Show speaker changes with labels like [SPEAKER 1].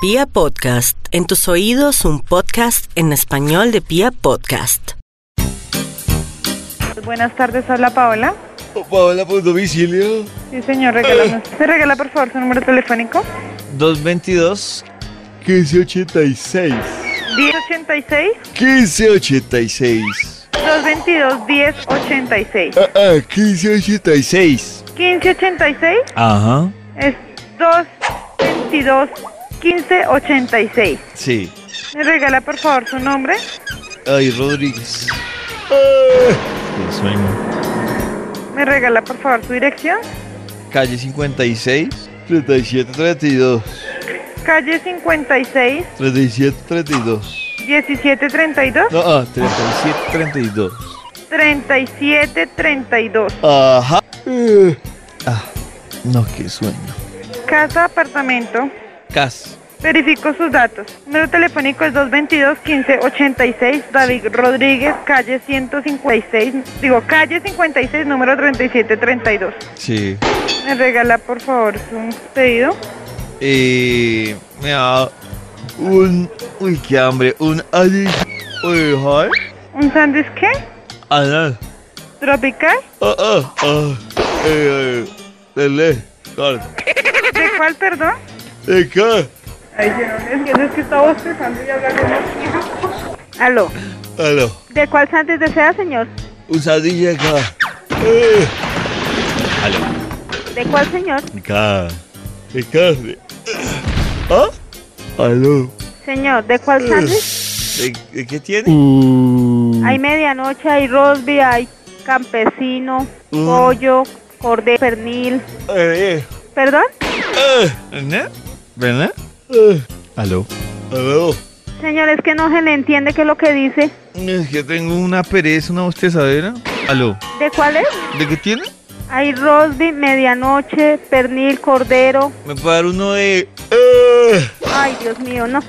[SPEAKER 1] Pia Podcast, en tus oídos un podcast en español de Pia Podcast.
[SPEAKER 2] Buenas tardes, habla Paola.
[SPEAKER 3] Paola por domicilio.
[SPEAKER 2] Sí, señor, regálanos. ¿Me regala, por favor, su número telefónico?
[SPEAKER 3] 222 1586.
[SPEAKER 2] 1086
[SPEAKER 3] 1586.
[SPEAKER 2] 222 1086.
[SPEAKER 3] Ah, ah, 1586.
[SPEAKER 2] 1586
[SPEAKER 3] Ajá.
[SPEAKER 2] es 222 1586.
[SPEAKER 3] Sí.
[SPEAKER 2] ¿Me regala, por favor, su nombre?
[SPEAKER 3] Ay, Rodríguez. Ah. Qué sueño.
[SPEAKER 2] ¿Me regala, por favor, su dirección?
[SPEAKER 3] Calle 56. 3732.
[SPEAKER 2] Calle 56
[SPEAKER 3] 3732.
[SPEAKER 2] 1732
[SPEAKER 3] No, ah, 3732.
[SPEAKER 2] 3732.
[SPEAKER 3] Ajá. Eh. Ah, no, qué sueño.
[SPEAKER 2] Casa, apartamento.
[SPEAKER 3] Cas.
[SPEAKER 2] Verifico sus datos. Número telefónico es 222-1586, David Rodríguez, calle 156, digo, calle 56, número 3732.
[SPEAKER 3] Sí.
[SPEAKER 2] Me regala, por favor, su pedido.
[SPEAKER 3] Eh, me da un. Uy, qué hambre. Un Alice. Uy, hi.
[SPEAKER 2] ¿Un sándwich qué?
[SPEAKER 3] Anal.
[SPEAKER 2] ¿Tropical?
[SPEAKER 3] Ah, ah, ah. Eh, eh. Lele. Claro.
[SPEAKER 2] ¿De cuál, perdón?
[SPEAKER 3] ¿De qué?
[SPEAKER 2] Ay, yo no entiendo, es que estaba pensando y hablar Aló,
[SPEAKER 3] Aló.
[SPEAKER 2] ¿de cuál sándwich desea, señor?
[SPEAKER 3] Usadilla acá. Eh. Aló.
[SPEAKER 2] ¿De cuál, señor?
[SPEAKER 3] Acá. De carne. ¿Ah? Aló.
[SPEAKER 2] Señor, ¿de cuál sándwich?
[SPEAKER 3] ¿De, de qué tiene? Uh,
[SPEAKER 2] Hay medianoche, hay rosby, hay campesino,
[SPEAKER 3] Mm.
[SPEAKER 2] pollo, cordero, pernil.
[SPEAKER 3] eh.
[SPEAKER 2] ¿Perdón?
[SPEAKER 3] Eh. ¿Verdad? ¿Verdad? Eh. Aló. Aló.
[SPEAKER 2] Señor, es que no se le entiende qué es lo que dice.
[SPEAKER 3] Es que tengo una pereza, una bostezadera. Aló,
[SPEAKER 2] ¿De cuál es?
[SPEAKER 3] ¿de qué tiene?
[SPEAKER 2] Hay rosby, medianoche, pernil, cordero.
[SPEAKER 3] Me ¡Eh! puede dar uno de.
[SPEAKER 2] Ay, Dios mío, no.